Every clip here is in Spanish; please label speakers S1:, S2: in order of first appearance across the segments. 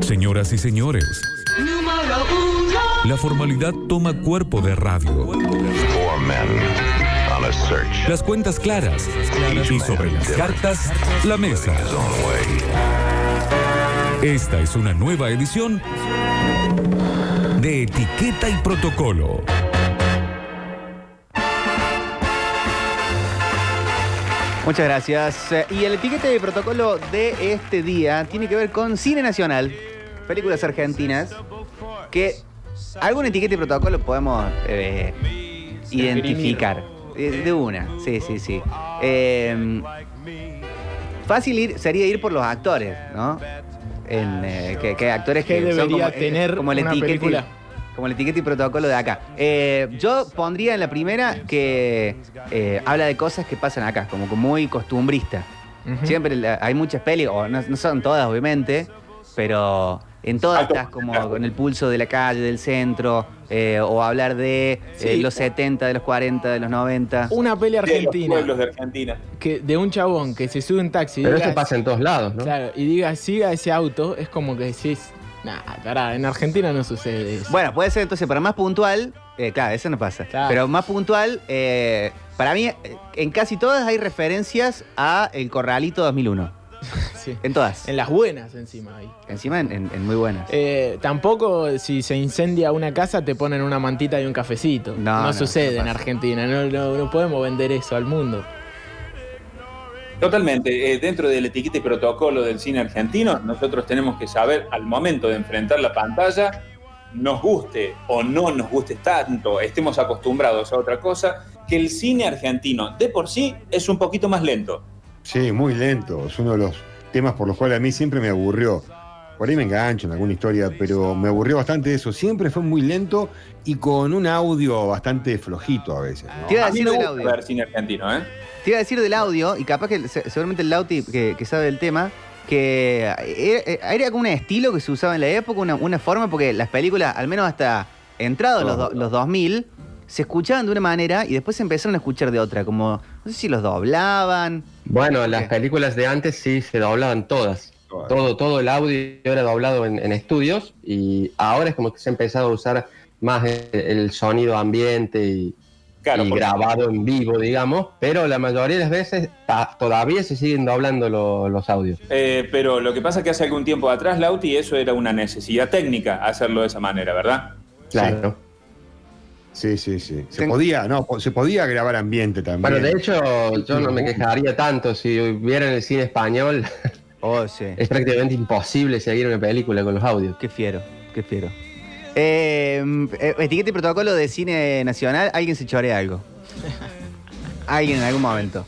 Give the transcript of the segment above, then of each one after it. S1: Señoras y señores,
S2: Número uno.
S1: la formalidad toma cuerpo de radio.
S3: Four men on a search.
S1: Las cuentas claras y sobre las cartas, la mesa. Esta es una nueva edición de Etiqueta y Protocolo.
S4: Muchas gracias. Eh, Y el etiquete de protocolo de este día tiene que ver con cine nacional, películas argentinas, que algún etiquete de protocolo podemos eh, identificar. Eh, De una, sí, sí, sí. Eh, fácil ir, sería ir por los actores, ¿no? En, eh, que, que hay actores que
S5: ¿Qué
S4: son
S5: debería
S4: como, eh,
S5: tener
S4: como el
S5: una
S4: etiquete-
S5: película?
S4: Como el etiquete y protocolo de acá. Eh, yo pondría en la primera que eh, habla de cosas que pasan acá, como que muy costumbrista.
S5: Ujú.
S4: Siempre la- hay muchas pelis, o no, no son todas obviamente, pero en todas
S6: Alto.
S4: estás como con el pulso de la calle, del centro, eh, o hablar de eh,
S5: Sí. Uh.
S4: los 70, de los 40, de los 90.
S5: Una peli
S6: De los pueblos
S5: argentina
S6: de Argentina.
S5: que, de un chabón que se sube un taxi y
S7: Pero
S5: diga,
S7: eso pasa en todos lados, ¿no?
S5: claro, y diga siga ese auto, es como que decís, nah, pará, en Argentina no sucede eso.
S4: Bueno, puede ser entonces, para más puntual, eh, claro, eso no pasa,
S5: Claro.
S4: pero más puntual, eh, para mí eh, en casi todas hay referencias a El Corralito 2001,
S5: Sí.
S4: en todas,
S5: En las buenas encima ahí.
S4: encima en, en- en muy buenas.
S5: Eh, tampoco si se incendia una casa te ponen una mantita y un cafecito.
S4: No,
S5: No,
S4: no,
S5: sucede
S4: no
S5: en
S4: pasa.
S5: Argentina, no, no- no podemos vender eso al mundo.
S6: Totalmente. eh, dentro del etiquete y protocolo del cine argentino, nosotros tenemos que saber al momento de enfrentar la pantalla, nos guste o no nos guste tanto, estemos acostumbrados a otra cosa, que el cine argentino de por sí es un poquito más lento.
S8: Sí, muy lento. Es uno de los temas por los cuales a mí siempre me aburrió. Por ahí me engancho en alguna historia, pero me aburrió bastante eso. Siempre fue muy lento y con un audio bastante flojito a veces. ¿no?
S4: Te iba a
S6: A mí
S4: decir
S6: me
S4: del
S6: gusta
S4: audio.
S6: ver cine argentino, ¿eh?
S4: Te iba a decir del audio, y capaz que se- seguramente el Lauti que, que sabe del tema, que era, era como un estilo que se usaba en la época, una, una forma, porque las películas, al menos hasta entrados los, do- los 2000, se escuchaban de una manera y después se empezaron a escuchar de otra, como, no sé si los doblaban.
S7: Bueno, las
S4: Ok.
S7: películas de antes sí se doblaban todas.
S8: Todas.
S7: Todo, todo el audio era doblado en, en estudios y ahora es como que se ha empezado a usar más el, el sonido ambiente y,
S6: Claro,
S7: y
S6: porque-
S7: grabado en vivo, digamos, pero la mayoría de las veces ta- todavía se siguen doblando lo- los audios.
S6: eh, pero lo que pasa es que hace algún tiempo atrás, Lauti, eso era una necesidad técnica hacerlo de esa manera, ¿verdad?
S7: Claro.
S8: Sí, sí, sí. Se
S4: Ten-
S8: podía, no, po- se podía grabar ambiente también.
S7: Bueno, de hecho, yo no me quejaría tanto si hubiera en el cine español.
S4: Oh, sí.
S5: Eh.
S7: Es prácticamente imposible seguir una película con los audios.
S4: Qué fiero, qué fiero. Eh, eh, etiqueta y protocolo de cine nacional, alguien se chorea algo. alguien en algún momento.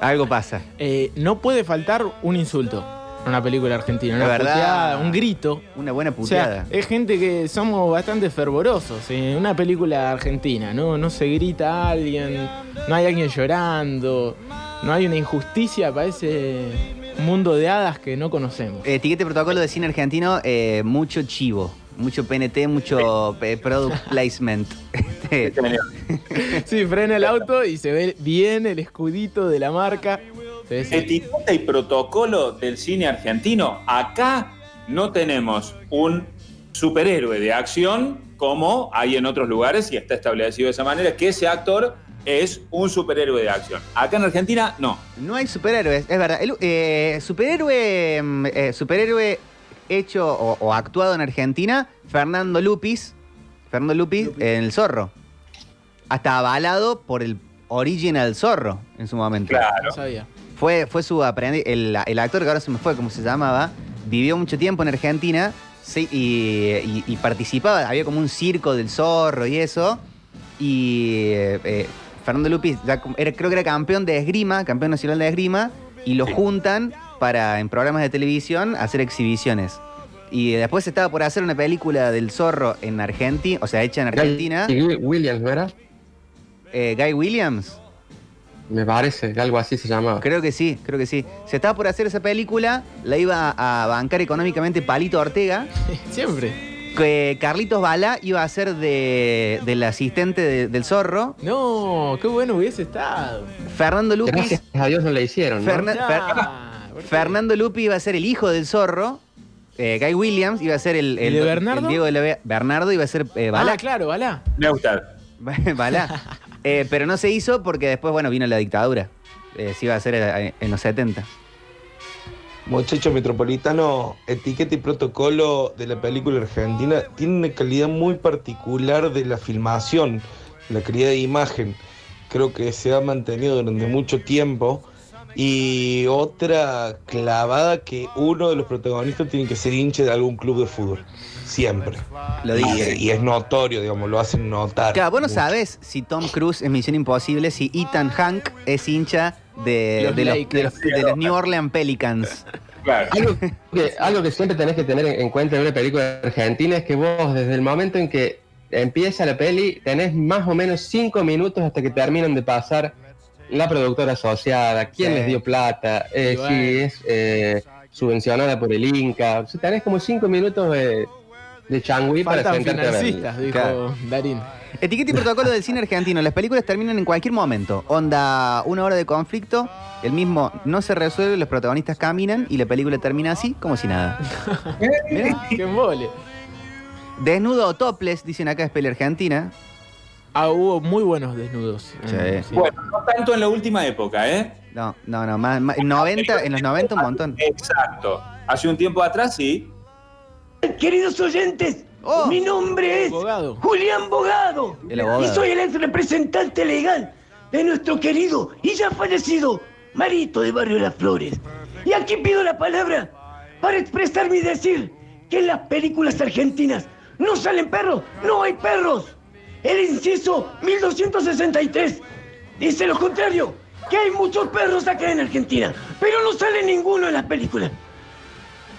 S4: Algo pasa.
S5: Eh, no puede faltar un insulto en una película argentina,
S4: La
S5: una
S4: verdad.
S5: puteada, un grito.
S4: Una buena
S5: O sea,
S4: puteada.
S5: es gente que somos bastante fervorosos. En una película argentina, ¿no? No se grita a alguien, no hay alguien llorando, no hay una injusticia para ese mundo de hadas que no conocemos.
S4: Eh, Etiquete protocolo de cine argentino, eh, mucho chivo, mucho PNT, mucho eh, product placement. Este,
S5: Sí, frena el auto y se ve bien el escudito de la marca. Se ve ese-
S6: Etiqueta y protocolo del cine argentino. Acá no tenemos un superhéroe de acción como hay en otros lugares y está establecido de esa manera que ese actor es un superhéroe de acción. Acá en Argentina no.
S4: no hay superhéroes, es verdad. El, eh, superhéroe, mm, eh, superhéroe hecho o, o actuado en Argentina, Fernando Lupis, Fernando Lupis, en El Zorro. Hasta avalado por el original Zorro en su momento.
S5: no sabía.
S4: Fue, fue su aprendiz, el, el actor que ahora se me fue, como se llamaba, vivió mucho tiempo en Argentina sí, y, y- y participaba, había como un circo del zorro y eso. Y eh, eh, Fernando Lupi ya como- era, creo que era campeón de esgrima, campeón nacional de esgrima, y lo juntan para en programas de televisión hacer exhibiciones. Y después estaba por hacer una película del zorro en Argentina, o sea, hecha en Argentina,
S7: Y Williams, ¿no era?
S4: eh, Guy Williams.
S7: Me parece, algo así se llamaba.
S4: Creo que sí, creo que sí. Se estaba por hacer esa película, la iba a a bancar económicamente Palito Ortega,
S5: Siempre.
S4: que Carlitos Bala iba a ser de, del asistente de- del zorro,
S5: No, qué bueno hubiese estado.
S4: Fernando Lupi,
S7: Gracias a Dios no le hicieron, ¿no?
S4: Fernan- Fer-
S5: Ya, ¿por qué?
S4: Fernando Lupi iba a ser el hijo del zorro, eh, Guy Williams iba a ser el,
S5: ¿Y de Bernardo?
S4: el Diego de la Vega. Bernardo iba a ser eh, Balá.
S5: Ah, claro, Balá.
S6: Me gusta.
S5: Ah.
S4: Balá. Eh, pero no se hizo porque después, bueno, vino la dictadura. Eh, se iba a hacer eh, en los 70.
S9: Muchachos metropolitano, etiqueta y protocolo de la película argentina tiene una calidad muy particular de la filmación, la calidad de imagen. Creo que se ha mantenido durante mucho tiempo. Y otra clavada que uno de los protagonistas tiene que ser hincha de algún club de fútbol. Siempre.
S4: Lo dije.
S9: Y, y es notorio, digamos, lo hacen notar.
S4: Claro, vos no
S9: Mucho.
S4: sabés si Tom Cruise es Misión Imposible, si Ethan Hank es hincha de
S5: Los
S4: de los,
S5: Lakers.
S4: de los- de los New Orleans Pelicans.
S6: Claro.
S7: Algo que, algo que siempre tenés que tener en en cuenta en una película argentina es que vos, desde el momento en que empieza la peli, tenés más o menos cinco minutos hasta que terminan de pasar la productora asociada, quién
S4: Sí.
S7: les dio plata, eh,
S5: Y bueno.
S7: si es eh, subvencionada por el Inca. O sea, tenés como cinco minutos de, de changüí para
S5: Faltan
S7: sentarte a verla.
S5: financistas, dijo
S4: Claro.
S5: Darín.
S4: Etiqueta y protocolo del cine argentino. Las películas terminan en cualquier momento. Onda, una hora de conflicto, el mismo no se resuelve, los protagonistas caminan y la película termina así, como si nada. Mirá.
S5: ¡Qué embole!
S4: Desnudo o topless, dicen acá es peli argentina.
S5: Ah, hubo muy buenos desnudos.
S4: Sí.
S5: Eh,
S6: Bueno, no tanto en la última época, ¿eh?
S4: No, no, no, más, más- en 90, en los 90 un montón.
S6: Exacto. Hace un tiempo atrás sí.
S10: Queridos oyentes,
S4: Oh.
S10: mi nombre es
S5: Abogado.
S10: Julián Bogado
S4: El abogado.
S10: y soy el ex representante legal de nuestro querido y ya fallecido Marito de Barrio Las Flores. Y aquí pido la palabra para expresar mi decir que en las películas argentinas no salen perros, no hay perros. El inciso 1263 dice lo contrario, que hay muchos perros acá en Argentina, pero no sale ninguno en las películas.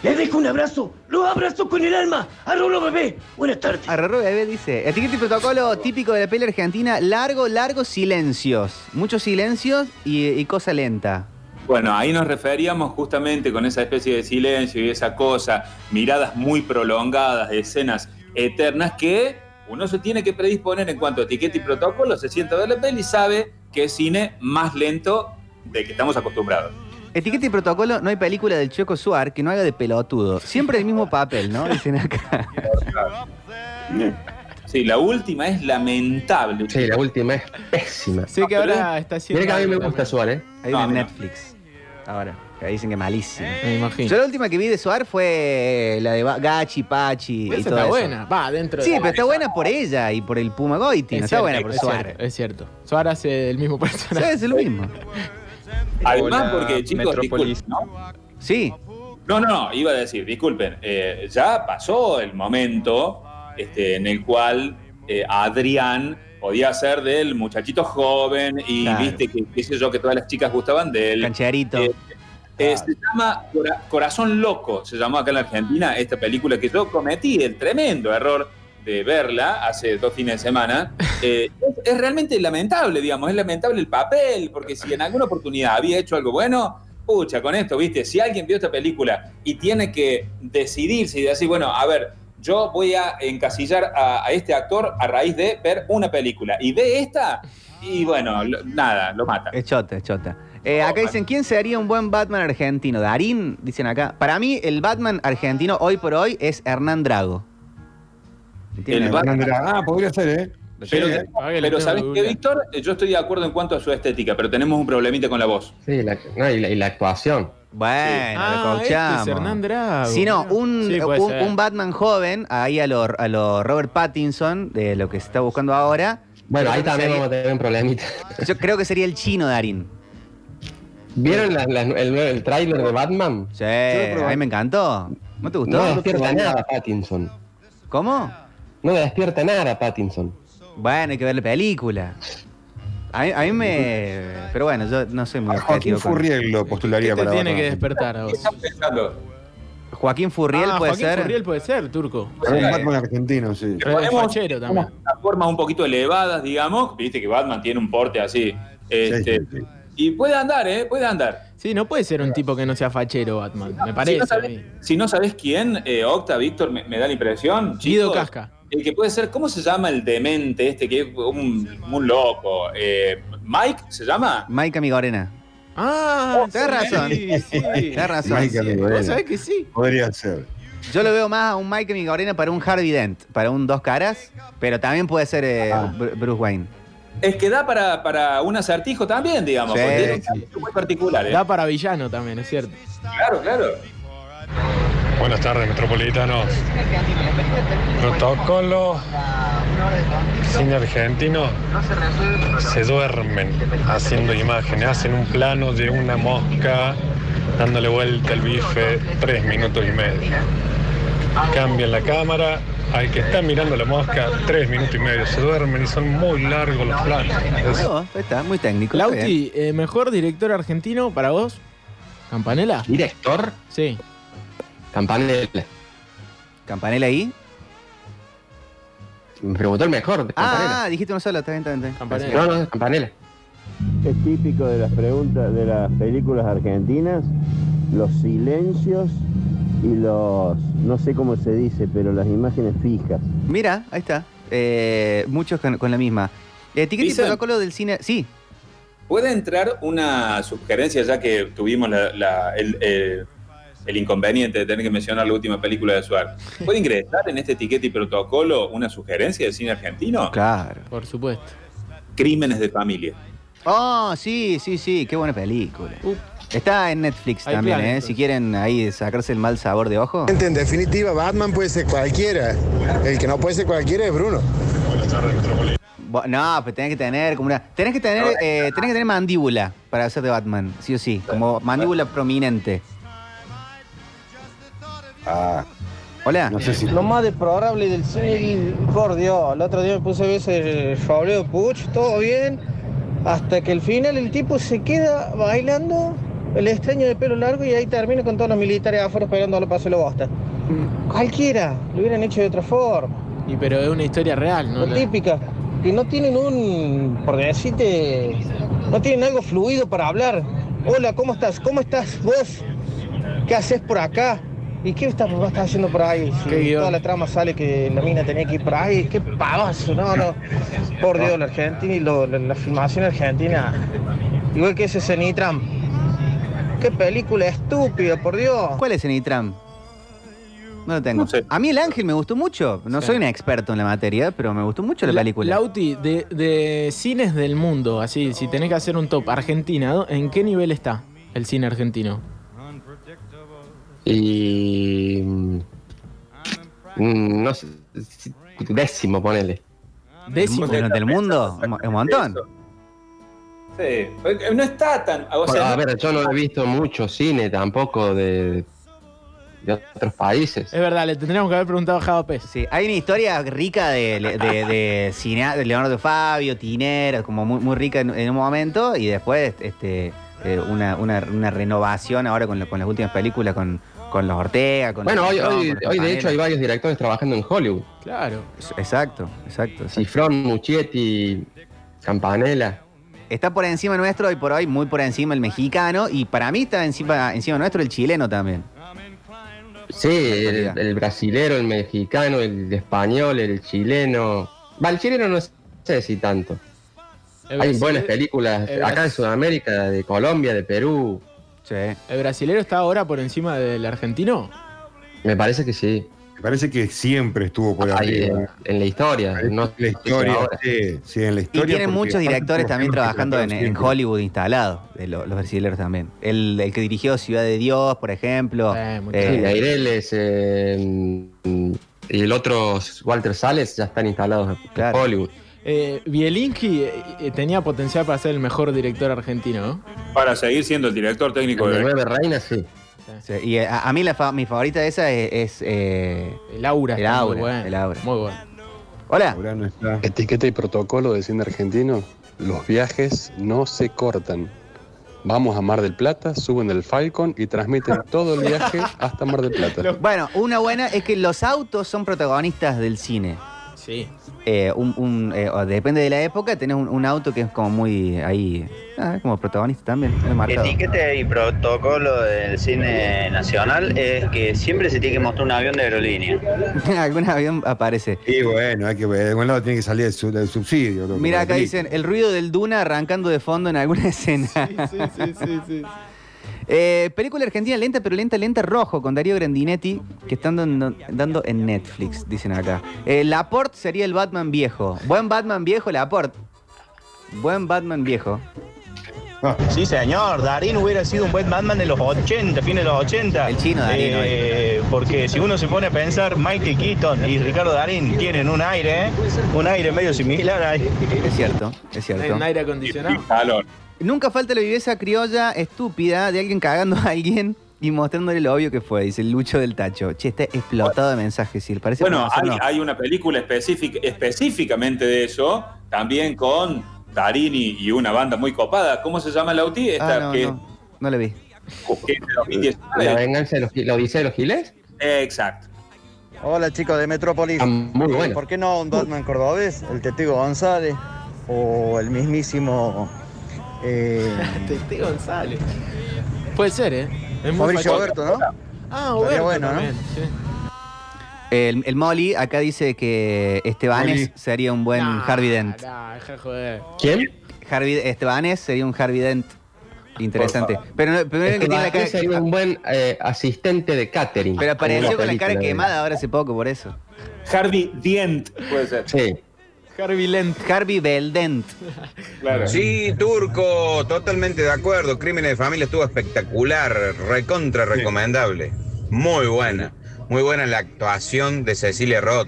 S10: Les dejo un abrazo, los abrazo con el alma. A Rolo Bebé, buenas tardes.
S4: Arraró bebé dice, etiqueta y protocolo típico de la peli argentina, largo, largos silencios. Muchos silencios y, y cosa lenta.
S6: Bueno, ahí nos referíamos justamente con esa especie de silencio y esa cosa, miradas muy prolongadas, escenas eternas que uno se tiene que predisponer en cuanto a etiqueta y protocolo, se sienta a ver la peli y sabe que es cine más lento de que estamos acostumbrados.
S4: Etiqueta y protocolo, no hay película del Choco Suar que no haga de pelotudo. Siempre el mismo papel, ¿no? Dicen acá.
S6: Sí, la última es lamentable.
S7: Sí, la última es pésima.
S5: Sé que ahora está haciendo.
S7: Mira que a mí me
S5: algo
S7: gusta Suárez.
S4: Hay una
S6: No, a
S4: en
S6: mí no.
S4: Netflix. Ahora. Que dicen que es malísima.
S5: también. Me imagino.
S4: Yo la última que vi de Suar fue eh, la de Ba- Gachi, Pachi.
S5: Esa
S4: y todo
S5: está
S4: eso.
S5: buena. Va, dentro
S4: Sí,
S5: de
S4: pero está buena por ella y por el Puma Goiti. No está
S5: cierto,
S4: buena por
S5: es
S4: Suar.
S5: cierto, Es cierto. Suárez hace el mismo personaje.
S4: ¿Sabes? Es lo mismo.
S6: Además,
S11: Hola,
S6: porque chicos,
S11: Metrópolis.
S6: disculpen, ¿no?
S4: Sí.
S6: No, no, no, iba a decir, disculpen, eh, ya pasó el momento este, en el cual eh, Adrián podía ser del muchachito joven y
S4: Claro.
S6: viste que, qué sé yo, que todas las chicas gustaban de él.
S4: Cancherito.
S6: Eh, eh, se llama Cora- Corazón Loco, se llamó acá en la Argentina, esta película que yo cometí el tremendo error de verla hace dos fines de semana. Eh, es, es realmente lamentable, digamos, es lamentable el papel, porque si en alguna oportunidad había hecho algo bueno, pucha, con esto, viste, si alguien vio esta película y tiene que decidirse y decir, bueno, a ver, yo voy a encasillar a, a este actor a raíz de ver una película y ve esta, y bueno, lo- nada, lo mata.
S4: Es chota, es chota. Eh, acá dicen, ¿quién sería un buen Batman argentino? Darín, dicen acá. Para mí, el Batman argentino hoy por hoy es Hernán Drago. ¿Entiendes?
S6: El Batman-
S8: Ah, podría ser, ¿eh?
S6: Pero,
S8: Sí, ¿eh?
S5: Ah, que le
S6: pero
S5: tengo
S6: ¿sabes
S5: que
S6: qué,
S5: googlear.
S6: Víctor? Eh, Yo estoy de acuerdo en cuanto a su estética, pero tenemos un problemita con la voz.
S7: Sí, la, no, y, la, y la actuación.
S4: Bueno, lo
S5: Ah, este
S4: cauchamos.
S5: es Hernán Drago.
S4: Si no, un,
S5: Sí, puede
S4: un,
S5: ser.
S4: un Batman joven, ahí a lo, a lo Robert Pattinson, de lo que se está buscando ahora.
S7: Bueno,
S4: yo creo
S7: ahí
S4: que
S7: también
S4: sería-
S7: vamos a tener un problemita.
S4: Yo creo que sería el chino Darín.
S7: ¿Vieron la- la- el, el tráiler de Batman?
S4: Sí, a mí me encantó. ¿No te gustó?
S7: No despierta nada Pattinson.
S4: ¿Cómo?
S7: No despierta nada Pattinson.
S4: Bueno, hay que ver la película. A mí, a mí me. Pero bueno, yo no soy muy
S5: Ah,
S8: A Joaquín
S4: objetivo con-
S8: Furriel lo
S5: ¿Qué
S8: postularía
S5: te
S8: para
S5: tiene que
S8: Batman.
S5: despertar a vos?
S6: Estamos pensando.
S4: Joaquín Furriel
S5: Ah,
S4: puede
S5: Joaquín
S4: ser. Eh,
S5: Furriel puede ser, turco.
S8: Para un
S6: Sí.
S8: Batman argentino, sí.
S6: Pero
S5: Re
S6: hemos-
S5: fachero también.
S6: Unas formas un poquito elevadas, digamos. Viste que Batman tiene un porte así. Este,
S8: Sí, sí, sí.
S6: Y puede andar, ¿eh? Puede andar.
S5: Sí, no puede ser un tipo que no sea fachero, Batman. Me
S6: Si
S5: parece
S6: no
S5: a
S6: sabes,
S5: mí.
S6: si no sabés quién, eh, Octa, Víctor, me, me da la impresión.
S5: Guido
S6: chicos,
S5: Casca.
S6: El que puede ser, ¿cómo se llama el demente este que es un, un loco? Eh, ¿Mike se llama?
S4: Mike Amigorena.
S5: Ah,
S4: tenés razón.
S5: Sí, sí.
S4: Tenés razón.
S8: Mike
S5: Vos
S8: Amigorena.
S5: sabés que sí.
S8: Podría ser.
S4: Yo lo veo más a un Michael Migorena para un Harvey Dent, para un Dos Caras, pero también puede ser eh,
S5: Ah.
S4: Bru- Bruce Wayne.
S6: Es que da para, para un acertijo también, digamos.
S4: Sí,
S6: porque tiene un
S4: sí.
S6: carácter muy particular. ¿eh?
S5: Da para villano también, es cierto.
S6: Claro, claro.
S11: Buenas tardes, metropolitanos. Protocolo cine argentino se duermen haciendo imágenes, hacen un plano de una mosca dándole vuelta al bife tres minutos y medio. Cambian la cámara al que está mirando la mosca tres minutos y medio. Se duermen y son muy largos los planos. Es-
S4: Bueno, está, muy técnico. está bien.
S5: Lauti, eh, mejor director argentino para vos, Campanela.
S7: Director,
S5: Sí.
S7: Campanella.
S4: ¿Campanela ahí?
S7: Me preguntó el mejor, de Campanella.
S4: Ah, dijiste uno solo, está bien, está bien. está bien.
S5: Campanella.
S7: no, no, Campanella.
S12: Es típico de las preguntas de las películas argentinas, los silencios y los, no sé cómo se dice, pero las imágenes fijas.
S4: Mira, ahí está. Eh, muchos con, con la misma. Eh, Ticket y
S6: Dicen-
S4: protocolo del cine. Sí,
S6: Puede entrar una sugerencia, ya que tuvimos la- la- el, el- el inconveniente de tener que mencionar la última película de Suárez. ¿Puede ingresar en este etiqueta y protocolo una sugerencia del cine argentino?
S4: claro.
S5: Por supuesto.
S6: Crímenes de familia.
S4: Oh, sí, sí, sí, qué buena película. Está en Netflix
S5: Hay
S4: también,
S5: plan,
S4: ¿eh?
S5: entonces.
S4: Si quieren ahí sacarse el mal sabor de ojo.
S13: En definitiva, Batman puede ser cualquiera. El que no puede ser cualquiera es Bruno.
S4: Bo- No, pero tenés que tener como una. Tenés que tener, eh, tenés que tener mandíbula para hacer de Batman, sí o sí. Como mandíbula prominente.
S8: Ah,
S4: Hola.
S8: no sé si.
S12: Lo más deplorable del cine, por Dios, el otro día me puse a ver ese Fableo Puch, todo bien, hasta que al final el tipo se queda bailando el extraño de pelo largo y ahí termina con todos los militares afuera esperando a lo paso y lo bosta. Cualquiera, lo hubieran hecho de otra forma.
S5: Y pero es una historia real, ¿no?
S12: Lo típica, que no tienen un, por decirte, no tienen algo fluido para hablar. Hola, ¿cómo estás? ¿Cómo estás vos? ¿Qué haces por acá? ¿Y qué estás, vos estás haciendo por ahí? Si
S5: Qué guión.
S12: toda la trama sale que la mina tenía que ir por ahí, qué pavazo, no, no. Por Dios, la Argentina y lo- la, la filmación argentina. Igual que ese Cenitram. Qué película estúpida, por Dios.
S4: ¿Cuál es en Itram? No lo tengo.
S6: No sé.
S4: A mí el ángel me gustó mucho. No
S5: Sí.
S4: soy un experto en la materia, pero me gustó mucho la,
S5: La-
S4: película.
S5: Lauti, de, de cines del mundo, así, si tenés que hacer un top Argentina, ¿dó- ¿en qué nivel está el cine argentino?
S7: Y. mm, mm, No sé. si- Décimo, ponele.
S5: Décimo.
S4: Del- del mundo,
S6: Exactamente
S4: un montón.
S6: eso. Sí, porque no está tan. o sea,
S7: a
S6: no-
S7: ver, yo no he visto mucho cine tampoco de, de otros países.
S6: Eh,
S5: Es verdad, le tendríamos que haber preguntado a Java Pez.
S4: Sí, hay una historia rica de, de, de cine- de Leonardo Fabio, Tiner, como muy, muy rica en, en un momento, y después este, eh, una, una- una renovación ahora con, la- con las últimas películas, con, con los Ortega, con
S7: Bueno,
S4: los
S7: hoy,
S4: Cifrón,
S7: hoy,
S4: con los
S7: hoy de hecho hay
S4: Campanella.
S7: varios directores trabajando en Hollywood.
S5: Claro.
S4: Exacto, exacto. exacto.
S7: Cifrón, Muchietti, Campanella.
S4: Está por encima nuestro hoy por hoy, muy por encima el mexicano, y para mí está encima, encima nuestro el chileno también.
S7: Sí, el, el brasilero, el mexicano, el español, el chileno. Va, el chileno no sé si tanto.
S5: El
S7: Hay
S5: brasile-
S7: buenas películas
S5: el
S7: acá
S5: brasi-
S7: de Sudamérica, de Colombia, de Perú.
S4: Sí.
S5: ¿El brasilero está ahora por encima del argentino?
S7: Me parece que sí.
S8: Me parece que siempre estuvo por
S7: Ahí
S8: arriba.
S7: en, en la historia.
S8: Parece
S7: No,
S8: que la historia,
S7: ahora.
S8: sí, sí, en la
S4: Y
S8: historia.
S4: tienen
S8: porque
S4: muchos
S8: pasan
S4: directores
S8: por
S4: también
S8: temas que
S4: trabajando en,
S8: trataron
S4: en
S8: siempre.
S4: Hollywood instalados, eh, lo- los brasileños también. El, el que dirigió Ciudad de Dios, por ejemplo.
S5: Eh, muy
S7: Sí,
S5: Eh.
S7: Leireles, eh, y el otro Walter Sales ya están instalados en
S4: Claro.
S7: Hollywood.
S5: Eh, Bielinski eh, eh, tenía potencial para ser el mejor director argentino, ¿no?
S6: Para seguir siendo el director técnico
S7: El de
S6: de.
S7: Nueve Reinas, sí.
S4: Sí, y eh, a, a mí la fa- mi favorita de esa es. es, eh,
S5: El aura.
S4: El
S5: está muy
S4: aura,
S5: bueno,
S4: el aura.
S5: Muy bueno.
S4: Hola.
S8: Ahora no está. Este,
S11: Etiqueta y protocolo de cine argentino. Los viajes no se cortan. Vamos a Mar del Plata, suben el Falcon y transmiten todo el viaje hasta Mar del Plata.
S4: Bueno, una buena es que los autos son protagonistas del cine.
S5: Sí.
S4: Eh, un- un, eh, o depende de la época, tenés un, un auto que es como muy ahí. ah, como protagonista también. muy marcado.
S12: Etiqueta y protocolo del cine nacional es que siempre se tiene que mostrar un avión de aerolínea.
S4: Algún avión aparece.
S8: Y bueno, hay que ver. De algún lado tiene que salir el, su- el subsidio. loco,
S4: Mira,
S8: la
S4: acá
S8: película.
S4: dicen el ruido del Duna arrancando de fondo en alguna escena.
S5: Sí, sí, sí, sí, sí.
S4: Eh, película argentina lenta, pero lenta, lenta, rojo, con Darío Grandinetti, que están dando, dando en Netflix, dicen acá. Eh, Laporte sería el Batman viejo. Buen Batman viejo, Laporte. Buen Batman viejo.
S8: Ah,
S14: Sí, señor. Darín hubiera sido un buen Batman de los 80, fines de los 80. El
S4: chino Darín
S14: porque si uno se pone a pensar, Michael Keaton y Ricardo Darín tienen un aire, ¿eh? un aire medio similar ahí.
S4: Es cierto, es cierto.
S5: En aire acondicionado.
S4: Nunca falta la viveza criolla estúpida de alguien cagando a alguien y mostrándole lo obvio que fue, dice el Lucho del Tacho. Che, está explotado de mensajes, sí. Parece
S6: Bueno,
S4: como
S6: hay,
S4: hacerlo-
S6: hay una película específica, específicamente de eso, también con Tarini y una banda muy copada. ¿Cómo se llama la UTI? Esta
S4: Ah, no,
S6: que,
S4: no, no la vi.
S6: que es de 2019.
S7: La venganza de los, gi- la odisea de los giles.
S6: Exacto.
S15: Hola chicos de Metrópolis. Eh,
S7: muy bueno.
S15: ¿Por qué no un Batman cordobés? El Testigo González o el mismísimo eh,
S5: Tete González. Puede ser, ¿eh? Es muy
S15: Fabricio
S5: fachero.
S15: Oberto, ¿no?
S5: Ah,
S15: Estaría
S5: Oberto
S15: bueno, ¿no?
S5: también, sí.
S4: El, el Molly acá dice que Estebanes
S5: Molly.
S4: sería un buen
S5: Nah,
S4: Harvey Dent.
S5: nah, deja de joder.
S7: ¿Quién?
S4: Harvey, Estebanes sería un Harvey Dent. Interesante. Pero no, pero miren que tiene la cara-
S7: Sería un buen eh, asistente de catering.
S4: Pero apareció
S7: Una
S4: con la cara
S7: película,
S4: quemada ahora hace poco, por eso.
S6: Harvey Dent, puede ser.
S7: Sí.
S5: Harvey Lent.
S4: Harvey Beldent.
S16: Sí, Turco, totalmente de acuerdo. Crímenes de familia estuvo espectacular, recontra recomendable. Muy buena, muy buena la actuación de Cecilia Roth.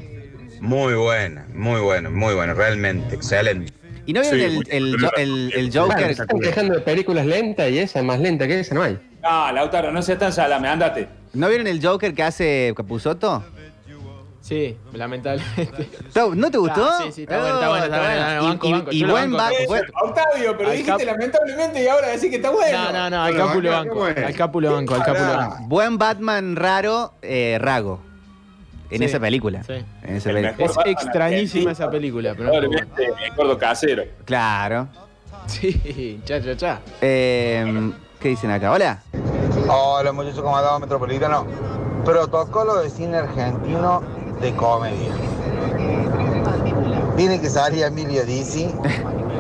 S16: Muy buena, muy buena, muy buena, realmente, excelente.
S4: ¿Y no vieron el, el, Jo- el- el Joker?
S7: Bueno, están quejando de películas lentas y esa es más lenta que esa, no hay.
S6: Ah, Lautaro, no seas tan salame, andate.
S4: ¿No vieron el Joker que hace Capuzotto?
S5: Sí, lamentablemente.
S4: ¿No te gustó?
S5: Ah, sí, sí, está bueno, está bueno, está bueno.
S4: bueno.
S5: No, banco,
S4: Y- y-
S5: banco,
S4: Y
S5: yo lo
S4: buen
S5: banco.
S4: banco. bueno.
S6: Octavio, pero
S5: Ah, pues Al
S6: dijiste
S5: Cap-
S6: lamentablemente y ahora decís que está bueno.
S5: No, no, no, al cápulo banco. Al cápulo banco, al cápulo banco.
S4: Buen Batman raro, eh, Rago. En
S5: Sí,
S4: esa película.
S5: sí.
S4: En esa
S6: El
S4: película.
S6: mejor
S5: Es
S6: Batman
S5: extrañísima
S6: argentino,
S5: esa película, pero. no puedo.
S6: Probablemente me acuerdo casero.
S4: Claro.
S5: Sí, cha, cha, cha.
S4: Eh, ¿Qué dicen acá? Hola.
S16: Hola muchachos, ¿cómo andamos Metropolitano? Protocolo de cine argentino de comedia. Tiene que salir Emilio Dizzi.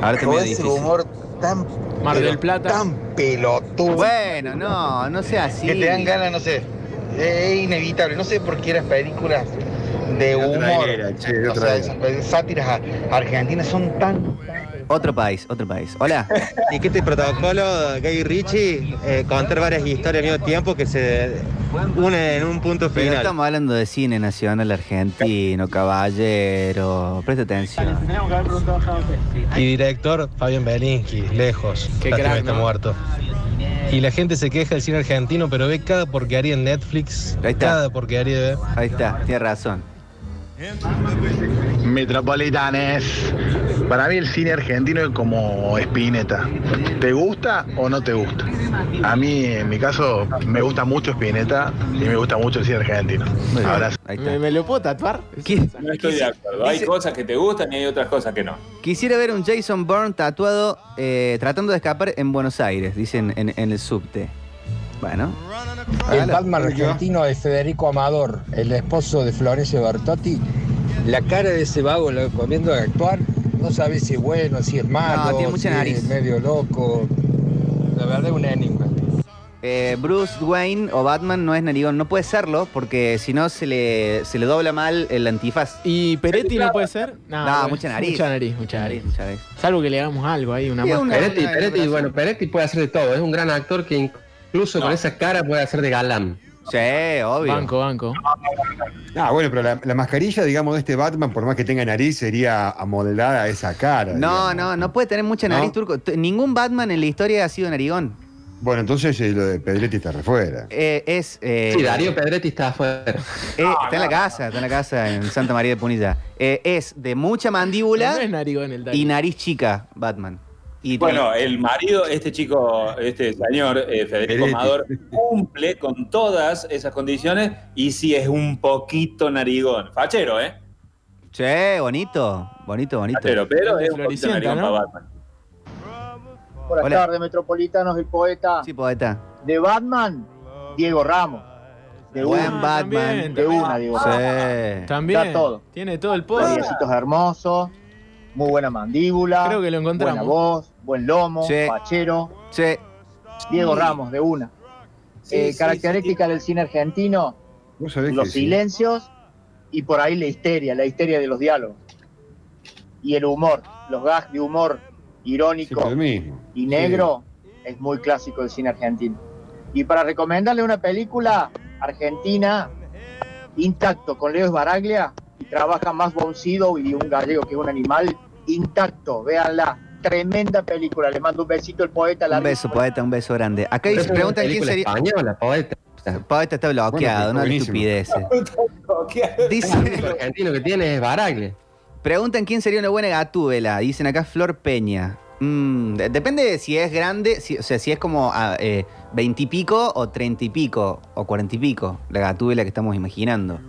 S4: Ahora te
S16: con
S4: medio
S16: ese
S4: difícil.
S16: humor tan,
S5: Mar
S16: pero
S5: del Plata.
S16: tan pelotudo
S4: Bueno, no, no sea así.
S16: que te dan ganas, no sé. Es inevitable, no sé por qué las películas de
S8: otra
S16: humor,
S8: era, che, de
S16: o
S8: otra
S16: sea,
S8: era.
S16: esas pe- sátiras a- argentinas son tan
S4: Otro país, otro país. Hola.
S17: Y que este protocolo, Gay Richie, eh, contar varias historias al mismo tiempo que se unen en un punto
S4: Pero
S17: final.
S4: estamos hablando de cine nacional argentino, caballero. Presta atención.
S18: Y director, Fabián Belinsky, lejos.
S5: Qué
S18: Lástima
S5: crack,
S18: que está
S5: ¿no?
S18: muerto. Y la gente se queja del cine argentino, pero ve cada porquería en Netflix. Cada porquería de.
S4: Ahí está, tiene razón.
S19: Metropolitanes. Para mí el cine argentino es como Spinetta. ¿Te gusta o no te gusta? A mí, en mi caso, me gusta mucho Spinetta y me gusta mucho el cine argentino. Abrazo.
S5: ¿Me, me lo puedo tatuar?
S6: No estoy de acuerdo. Hay cosas que te gustan y hay otras cosas que no.
S4: Quisiera ver un Jason Bourne tatuado eh, tratando de escapar en Buenos Aires, dicen en, en el subte. Bueno.
S8: Ah,
S20: El
S4: hágalo.
S20: Batman argentino de Federico Amador, el esposo de Florencio Bertotti, la cara de ese vago lo comiendo de actuar, no sabe si es bueno, si es malo,
S4: No, tiene
S20: si
S4: mucha
S20: es
S4: nariz.
S20: medio loco. La verdad es un enigma.
S4: Eh, Bruce Wayne o Batman no es narigón, no puede serlo porque si no se le, se le dobla mal el antifaz.
S5: ¿Y Peretti no puede ser?
S4: No,
S5: bueno,
S4: mucha nariz.
S5: Mucha nariz, mucha nariz.
S4: mucha nariz.
S5: Salvo que le hagamos algo ahí, una
S4: Sí,
S5: máscara.
S4: una-
S7: Peretti, Peretti, bueno, Peretti puede hacer de todo. Es un gran actor que incluso con esa cara puede hacer de galán.
S4: Sí, obvio.
S5: Banco, banco.
S8: Ah, bueno, pero la, la mascarilla, digamos, de este Batman, por más que tenga nariz, sería amoldada a esa cara.
S4: No, no, no puede tener mucha nariz turco. T- Ningún Batman en la historia ha sido narigón.
S8: Bueno, entonces eh, lo de Pedretti está refuera.
S4: Eh, es. eh,
S8: Sí, Darío
S7: Pedretti está afuera.
S4: eh, está en la casa, está en la casa en Santa María de Punilla. Eh, es de mucha mandíbula
S5: No es narigón el Darío.
S4: y nariz chica, Batman. Y
S6: Bueno, el marido, este chico, este señor eh, Federico
S4: Peretti.
S6: Amador, cumple con todas esas condiciones y si es un poquito narigón. Fachero, ¿eh?
S4: Che, bonito, bonito, bonito.
S6: Fachero, pero es un poquito
S4: Floricienta,
S6: narigón
S4: ¿no?
S6: para Batman.
S21: Buenas
S4: Hola.
S21: tardes, Metropolitanos, el poeta.
S4: Sí, poeta.
S21: De Batman, Diego Ramos. De
S4: Buen
S21: una.
S4: Batman.
S21: de una, Diego
S4: Sí.
S5: También.
S21: Está todo.
S5: Tiene todo el poder.
S21: Piecitos hermosos, muy buena mandíbula.
S5: Creo que lo encontramos.
S21: Buena voz, buen lomo,
S5: Sí.
S21: pachero.
S4: Che,
S21: Diego
S5: Sí.
S21: Ramos, de una. eh, características del cine argentino, los
S8: que sí.
S21: silencios y por ahí la histeria, la histeria de los diálogos. Y el humor, los gags de humor irónico
S8: Siempre lo mismo.
S21: y negro es muy clásico del cine argentino. Y para recomendarle una película argentina, Intacto, con Leo Baraglia, y trabaja más boncido y un gallego que es un animal, Intacto, véanla. Tremenda película, le mando un besito al poeta.
S4: Un beso, poeta, un beso grande. Acá
S21: Pero
S4: dice-
S21: es una
S4: preguntan quién
S21: película
S4: sería.
S21: española,
S4: poeta. Poeta está bloqueado, no
S21: Bueno,
S4: le
S21: está
S4: estupideces. Dice. argentino que tiene es Baragle. Preguntan quién sería una buena gatúbela. Dicen acá Flor Peña. Mm, de- depende de si es grande, si- o sea, si es como ah, eh, 20 y pico o 30 y pico o 40 y pico, la gatúbela que estamos imaginando.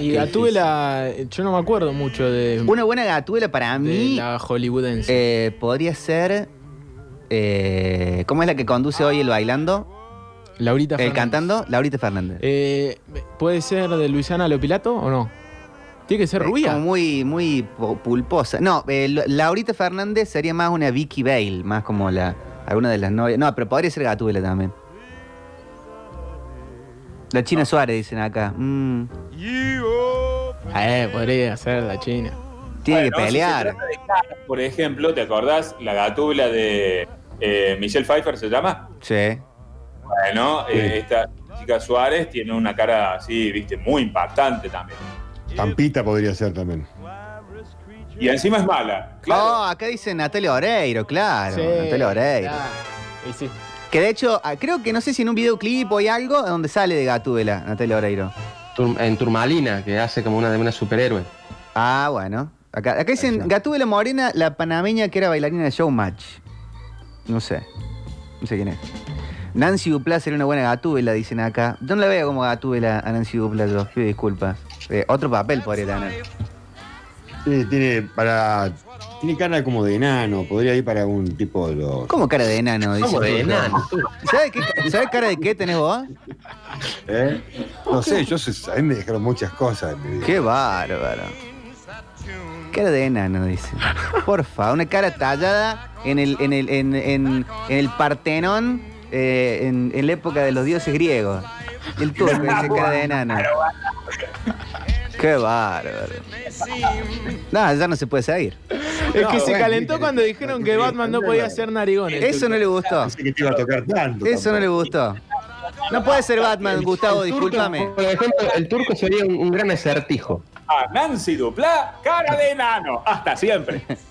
S5: Y
S4: qué
S5: Ah, Gatúbela, yo no me acuerdo mucho de.
S4: Una buena gatúbela para mí.
S5: la hollywoodense.
S4: eh, podría ser. eh, ¿Cómo es la que conduce hoy el bailando?
S5: Laurita
S4: El eh, cantando, Laurita Fernández.
S5: Eh, ¿Puede ser de Luisana Lopilato o no? Tiene que ser
S4: Eh,
S5: rubia.
S4: como muy, muy pu- pulposa. No, eh, lo- Laurita Fernández sería más una Vicky Bale, más como la alguna de las novias. No, pero podría ser Gatúbela también. La China Suárez, dicen acá. Mm,
S5: Eh, podría ser la China.
S4: tiene que
S6: Bueno, si se
S4: pelear.
S6: trata de caras, por ejemplo, ¿te acordás? La gatúbela de eh, Michelle Pfeiffer se llama.
S4: Sí.
S6: Bueno, eh, esta chica Suárez tiene una cara así, viste, muy impactante también.
S8: Pampita podría ser también.
S6: Y encima es mala.
S4: Oh, acá dice Natalia Oreiro, claro.
S6: Sí,
S4: Natalia Oreiro.
S5: claro. Y sí.
S4: Que de hecho, ah, creo que no sé si en un videoclip o hay algo donde sale de Gatúbela, Natalia Oreiro.
S7: Tur- en Turmalina, que hace como una de una superhéroe.
S4: Ah, bueno. Acá, acá dicen Gatúbela Morena, la panameña que era bailarina de Showmatch. No sé. No sé quién es. Nancy Duplá sería una buena Gatúbela, dicen acá. Yo no la veo como Gatúbela a Nancy Duplá, yo. Pido disculpas. Eh, otro papel podría tener.
S8: Tiene, tiene para. Tiene cara como de enano, podría ir para un tipo de los.
S4: ¿Cómo cara de enano? Dice
S8: ¿Cómo de
S4: Turco.
S8: enano?
S4: ¿Sabes qué- ¿Sabes cara de qué tenés vos?
S8: ¿Eh? No sé, yo sé, a mí me dejaron muchas cosas.
S4: Qué bárbaro. Cara de enano, dice. Porfa, una cara tallada en el, en el, en, en- en el Partenón eh, en, en la época de los dioses griegos. El turco dice cara de enano. Qué bárbaro. No, ya no se puede seguir.
S5: Es que se calentó cuando dijeron que Batman no podía ser narigones.
S4: Eso no le gustó.
S8: que te iba a tocar tanto.
S4: Eso no le gustó. No puede ser Batman, Gustavo,
S7: El turco,
S4: discúlpame.
S7: Por ejemplo, el turco
S6: Ah,
S7: sería un, un gran acertijo.
S6: A Nancy Duplá, cara de enano. Hasta siempre.